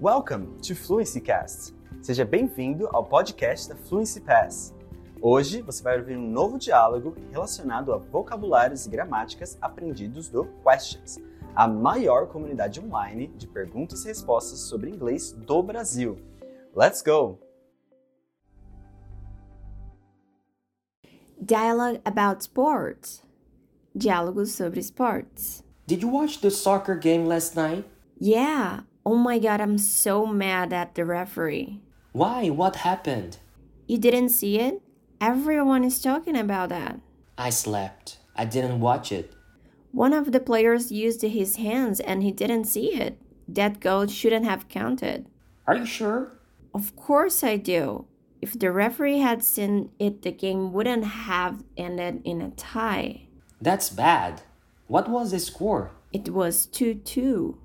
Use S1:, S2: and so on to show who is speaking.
S1: Welcome to Fluency Cast. Seja bem-vindo ao podcast da Fluency Pass. Hoje você vai ouvir um novo diálogo relacionado a vocabulários e gramáticas aprendidos do Questions, a maior comunidade online de perguntas e respostas sobre inglês do Brasil. Let's go!
S2: Dialogue about sports. Diálogos sobre esportes.
S3: Did you watch the soccer game last night?
S2: Yeah. Oh my god, I'm so mad at the referee.
S3: Why? What happened?
S2: You didn't see it? Everyone is talking about that.
S3: I slept. I didn't watch it.
S2: One of the players used his hands and he didn't see it. That goal shouldn't have counted.
S3: Are you sure?
S2: Of course I do. If the referee had seen it, the game wouldn't have ended in a tie.
S3: That's bad. What was the score?
S2: It was 2 2.